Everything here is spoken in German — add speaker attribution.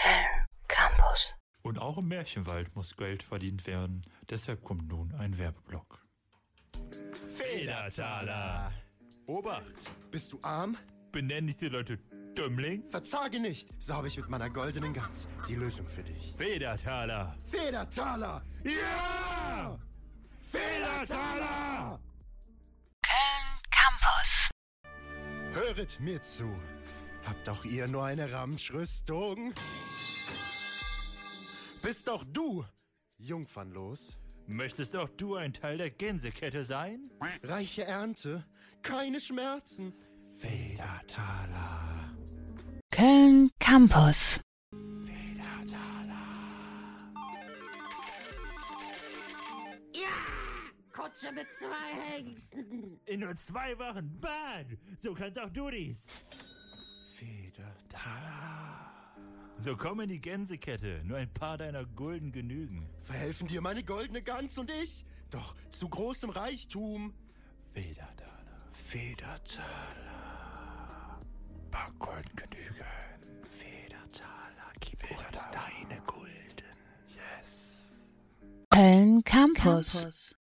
Speaker 1: Fällen Campus.
Speaker 2: Und auch im Märchenwald muss Geld verdient werden. Deshalb kommt nun ein Werbeblock. Federtaler! Obacht!
Speaker 3: Bist du arm?
Speaker 2: Benenn dich die Leute Dümmling?
Speaker 3: Verzage nicht! So habe ich mit meiner goldenen Gans die Lösung für dich.
Speaker 2: Federtaler!
Speaker 3: Federtaler! Ja! Federtaler!
Speaker 1: Köln Campus.
Speaker 3: Höret mir zu. Habt auch ihr nur eine Ramschrüstung? Bist auch du jungfernlos?
Speaker 2: Möchtest auch du ein Teil der Gänsekette sein?
Speaker 3: Reiche Ernte, keine Schmerzen.
Speaker 2: Federtaler!
Speaker 1: Köln Campus.
Speaker 4: Kutsche mit zwei Hengsten.
Speaker 2: In nur zwei Wochen Bahn! So kannst auch du dies! Federtaler! So komm in die Gänsekette. Nur ein paar deiner Gulden genügen.
Speaker 3: Verhelfen dir meine goldene Gans und ich? Doch zu großem Reichtum.
Speaker 2: Federtaler. Federtaler. Paar Gulden genügen. Federtaler, gib uns deine Gulden. Yes.
Speaker 1: Köln Campus.